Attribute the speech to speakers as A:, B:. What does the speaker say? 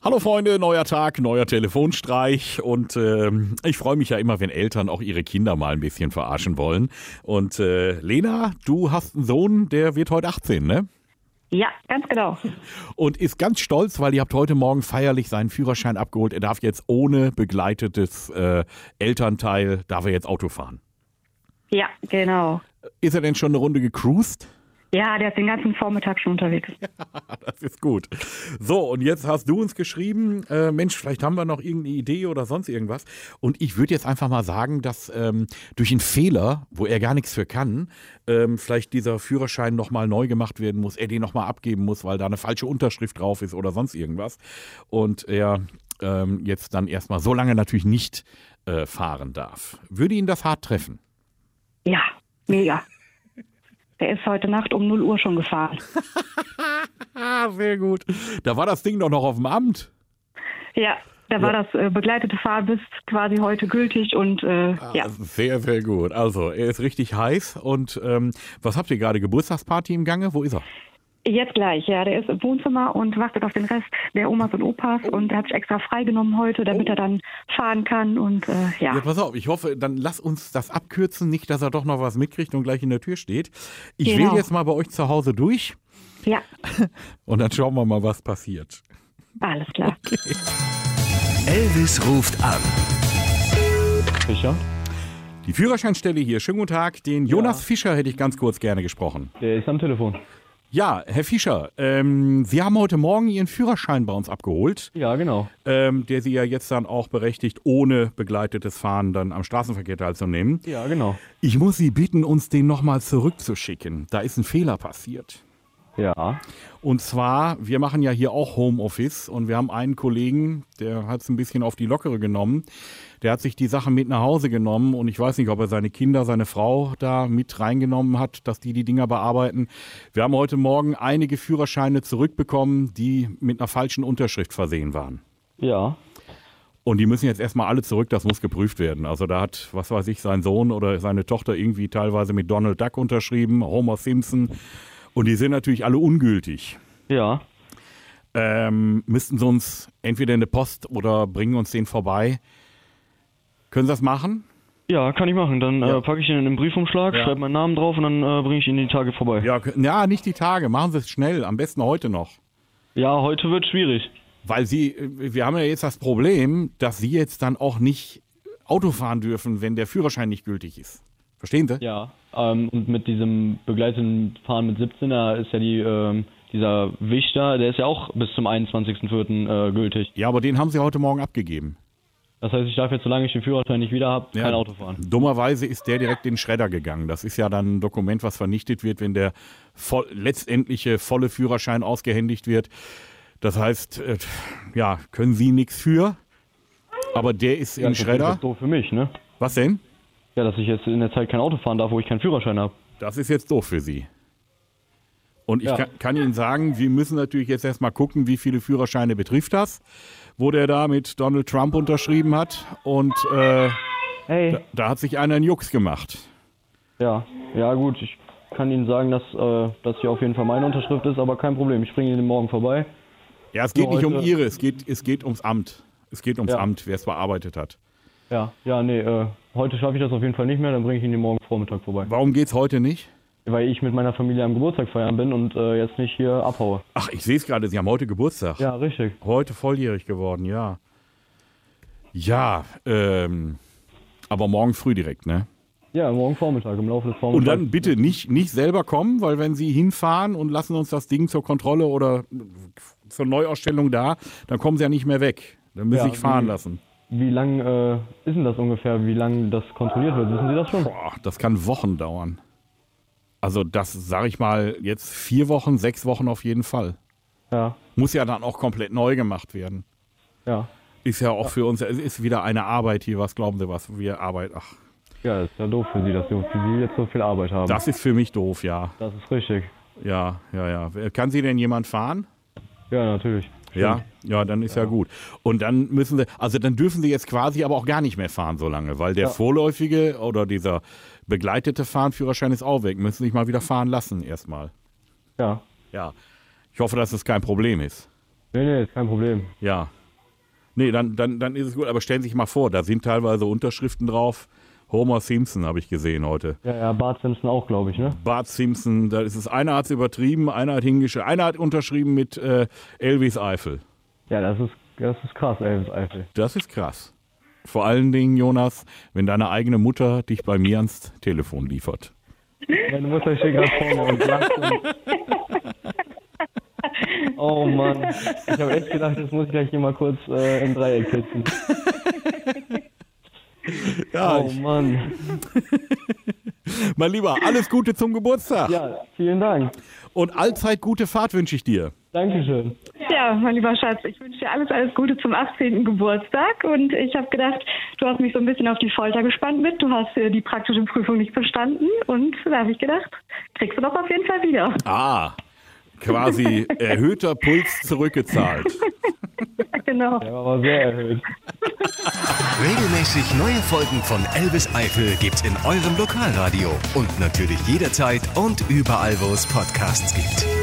A: Hallo Freunde, neuer Tag, neuer Telefonstreich und ähm, ich freue mich ja immer, wenn Eltern auch ihre Kinder mal ein bisschen verarschen wollen. Und äh, Lena, du hast einen Sohn, der wird heute 18, ne?
B: Ja, ganz genau.
A: Und ist ganz stolz, weil ihr habt heute Morgen feierlich seinen Führerschein abgeholt. Er darf jetzt ohne begleitetes äh, Elternteil, darf er jetzt Auto fahren.
B: Ja, genau.
A: Ist er denn schon eine Runde gecruised?
B: Ja, der ist den ganzen Vormittag schon unterwegs.
A: Das ist gut. So, und jetzt hast du uns geschrieben, äh, Mensch, vielleicht haben wir noch irgendeine Idee oder sonst irgendwas. Und ich würde jetzt einfach mal sagen, dass ähm, durch einen Fehler, wo er gar nichts für kann, ähm, vielleicht dieser Führerschein nochmal neu gemacht werden muss, er den nochmal abgeben muss, weil da eine falsche Unterschrift drauf ist oder sonst irgendwas. Und er ähm, jetzt dann erstmal so lange natürlich nicht äh, fahren darf. Würde ihn das hart treffen?
B: Ja, mega. Der ist heute Nacht um 0 Uhr schon gefahren.
A: Ah, sehr gut. Da war das Ding doch noch auf dem Amt.
B: Ja, da war das äh, begleitete Fahren bis quasi heute gültig und äh, ja.
A: Also, Sehr, sehr gut. Also, er ist richtig heiß. Und ähm, was habt ihr gerade? Geburtstagsparty im Gange? Wo ist er?
B: Jetzt gleich, ja. Der ist im Wohnzimmer und wartet auf den Rest der Omas und Opas und er hat sich extra freigenommen heute, damit er dann fahren kann und äh, ja.
A: Ja, pass auf, ich hoffe, dann lass uns das abkürzen, nicht, dass er doch noch was mitkriegt und gleich in der Tür steht. Ich
B: Genau.
A: will jetzt mal bei euch zu Hause durch
B: Ja,
A: und dann schauen wir mal, was passiert.
B: alles klar.
C: Elvis ruft an.
D: Fischer?
A: Die Führerscheinstelle hier. Schönen guten Tag. Den Jonas Fischer hätte ich ganz kurz gerne gesprochen.
D: Der ist am Telefon.
A: Ja, Herr Fischer, ähm, Sie haben heute Morgen Ihren Führerschein bei uns abgeholt.
D: Ja, genau.
A: ähm, der sie ja jetzt dann auch berechtigt, ohne begleitetes Fahren dann am Straßenverkehr teilzunehmen.
D: Ja, genau.
A: Ich muss Sie bitten, uns den nochmal zurückzuschicken. Da ist ein Fehler passiert.
D: Ja.
A: Und zwar, wir machen ja hier auch Homeoffice und wir haben einen Kollegen, der hat es ein bisschen auf die Lockere genommen. Der hat sich die Sache mit nach Hause genommen und ich weiß nicht, ob er seine Kinder, seine Frau da mit reingenommen hat, dass die die Dinger bearbeiten. Wir haben heute Morgen einige Führerscheine zurückbekommen, die mit einer falschen Unterschrift versehen waren.
D: Ja.
A: Und die müssen jetzt erstmal alle zurück, das muss geprüft werden. Also da hat, was weiß ich, sein Sohn oder seine Tochter irgendwie teilweise mit Donald Duck unterschrieben, Homer Simpson. Und die sind natürlich alle ungültig.
D: Ja.
A: Ähm, müssten sie uns entweder in eine Post oder bringen uns den vorbei. Können sie das machen?
D: Ja, kann ich machen. Dann
A: Ja.
D: äh, packe ich ihn in den Briefumschlag,
A: Ja.
D: schreibe meinen Namen drauf und dann äh, bringe ich ihn die Tage vorbei. Ja,
A: Ja, k- ja, nicht die Tage. Machen sie es schnell. Am besten heute noch.
D: heute wird schwierig.
A: Weil sie, äh, wir haben ja jetzt das Problem, dass sie jetzt dann auch nicht Auto fahren dürfen, wenn der Führerschein nicht gültig ist. Verstehen Sie?
D: Ja. Ähm, und mit diesem begleiteten Fahren mit 17, da ist ja die, ähm, dieser Wichter, der ist ja auch bis zum 21.04. Äh, gültig.
A: ja, aber den haben sie heute Morgen abgegeben.
D: Das heißt, ich darf jetzt, solange ich den Führerschein nicht wieder habe,
A: Ja.
D: kein Auto fahren.
A: Dummerweise ist der direkt in den Schredder gegangen. Das ist ja dann ein Dokument, was vernichtet wird, wenn der voll, letztendliche volle Führerschein ausgehändigt wird. Das heißt, äh, ja, können Sie nichts für, aber der ist in
D: Ja,
A: den
D: das ist natürlich
A: Schredder.
D: doof für mich, ne?
A: Was denn?
D: Ja, dass ich jetzt in der Zeit kein Auto fahren darf, wo ich keinen Führerschein habe.
A: Das ist jetzt doof für Sie. Und ich
D: Ja.
A: kann, kann Ihnen sagen, wir müssen natürlich jetzt erstmal gucken, wie viele Führerscheine betrifft das, wo der da mit Donald Trump unterschrieben hat. Und äh,
D: Hey.
A: da hat sich einer einen Jux gemacht.
D: Ja, ja gut, ich kann Ihnen sagen, dass äh, das hier auf jeden Fall meine Unterschrift ist, aber kein Problem, ich bringe Ihnen morgen vorbei.
A: Ja, es geht
D: Nur
A: nicht um
D: heute-
A: ihre, es geht, es geht ums Amt. Es geht ums
D: Ja.
A: Amt, wer es bearbeitet hat.
D: Ja, ja, nee, äh, heute schaffe ich das auf jeden Fall nicht mehr, dann bringe ich Ihnen morgen Vormittag vorbei.
A: Warum geht's heute nicht?
D: Weil ich mit meiner Familie am Geburtstag feiern bin und äh, jetzt nicht hier abhaue.
A: Ach, ich sehe es gerade, Sie haben heute Geburtstag.
D: Ja, richtig.
A: Heute volljährig geworden, ja. Ja, ähm, aber morgen früh direkt, ne?
D: Ja, morgen Vormittag, im Laufe des Vormittags.
A: Und dann bitte nicht, nicht selber kommen, weil wenn Sie hinfahren und lassen uns das Ding zur Kontrolle oder zur Neuausstellung da, dann kommen Sie ja nicht mehr weg. Dann müssen
D: Ja,
A: Sie sich fahren
D: nee.
A: lassen.
D: Wie lang äh, ist denn das ungefähr, wie lange das kontrolliert wird? Wissen Sie das schon?
A: Boah, das kann Wochen dauern. Also das, sage ich mal, jetzt vier Wochen, sechs Wochen auf jeden Fall.
D: Ja,
A: muss ja dann auch komplett neu gemacht werden.
D: ja.
A: Ist ja auch für uns, es ist wieder eine Arbeit hier, was glauben Sie, was wir arbeiten. Ach,
D: Ja, ist ja doof für Sie, dass Sie für Sie jetzt so viel Arbeit haben.
A: das ist für mich doof, ja.
D: das ist richtig.
A: Ja, ja, ja. Wer- Kann Sie denn jemand fahren?
D: Ja, natürlich.
A: Ja, ja, dann ist ja. gut. Und dann müssen Sie, also dann dürfen Sie jetzt quasi aber auch gar nicht mehr fahren so lange, weil der
D: Ja.
A: vorläufige oder dieser begleitete Fahrenführerschein ist auch weg. Müssen sich mal wieder fahren lassen erstmal.
D: Ja,
A: Ja. Ich hoffe, dass es kein Problem ist.
D: Nee, nee, ist kein Problem.
A: Ja. Nee, dann, dann, dann ist es gut. Aber stellen Sie sich mal vor, da sind teilweise Unterschriften drauf. Homer Simpson habe ich gesehen heute.
D: Ja, ja, Bart Simpson auch, glaube ich, ne?
A: Bart Simpson, da ist es, einer hat es übertrieben, einer hat hingeschrieben, einer hat unterschrieben mit äh, Elvis Eifel.
D: Ja, das ist, das ist krass, Elvis Eifel.
A: Das ist krass. Vor allen Dingen, Jonas, wenn deine eigene Mutter dich bei mir ans Telefon liefert.
D: Meine Mutter steht gerade vor mir und lacht. Und oh Mann, ich habe echt gedacht, jetzt muss ich gleich hier mal kurz äh, im Dreieck sitzen.
A: Ja,
D: oh Mann.
A: mein Lieber, alles Gute zum Geburtstag
D: Ja, vielen Dank.
A: und allzeit gute Fahrt wünsche ich dir.
D: Dankeschön.
B: Ja, mein lieber Schatz, ich wünsche dir alles, alles Gute zum 18. Geburtstag. Und ich habe gedacht, du hast mich so ein bisschen auf die Folter gespannt mit. Du hast äh, die praktische Prüfung nicht bestanden. Und da habe ich gedacht, kriegst du doch auf jeden Fall wieder.
A: Ah, quasi erhöhter Puls zurückgezahlt.
B: genau.
D: Der war aber sehr erhöht.
C: Regelmäßig neue Folgen von Elvis Eifel gibt's in eurem Lokalradio und natürlich jederzeit und überall, wo es Podcasts gibt.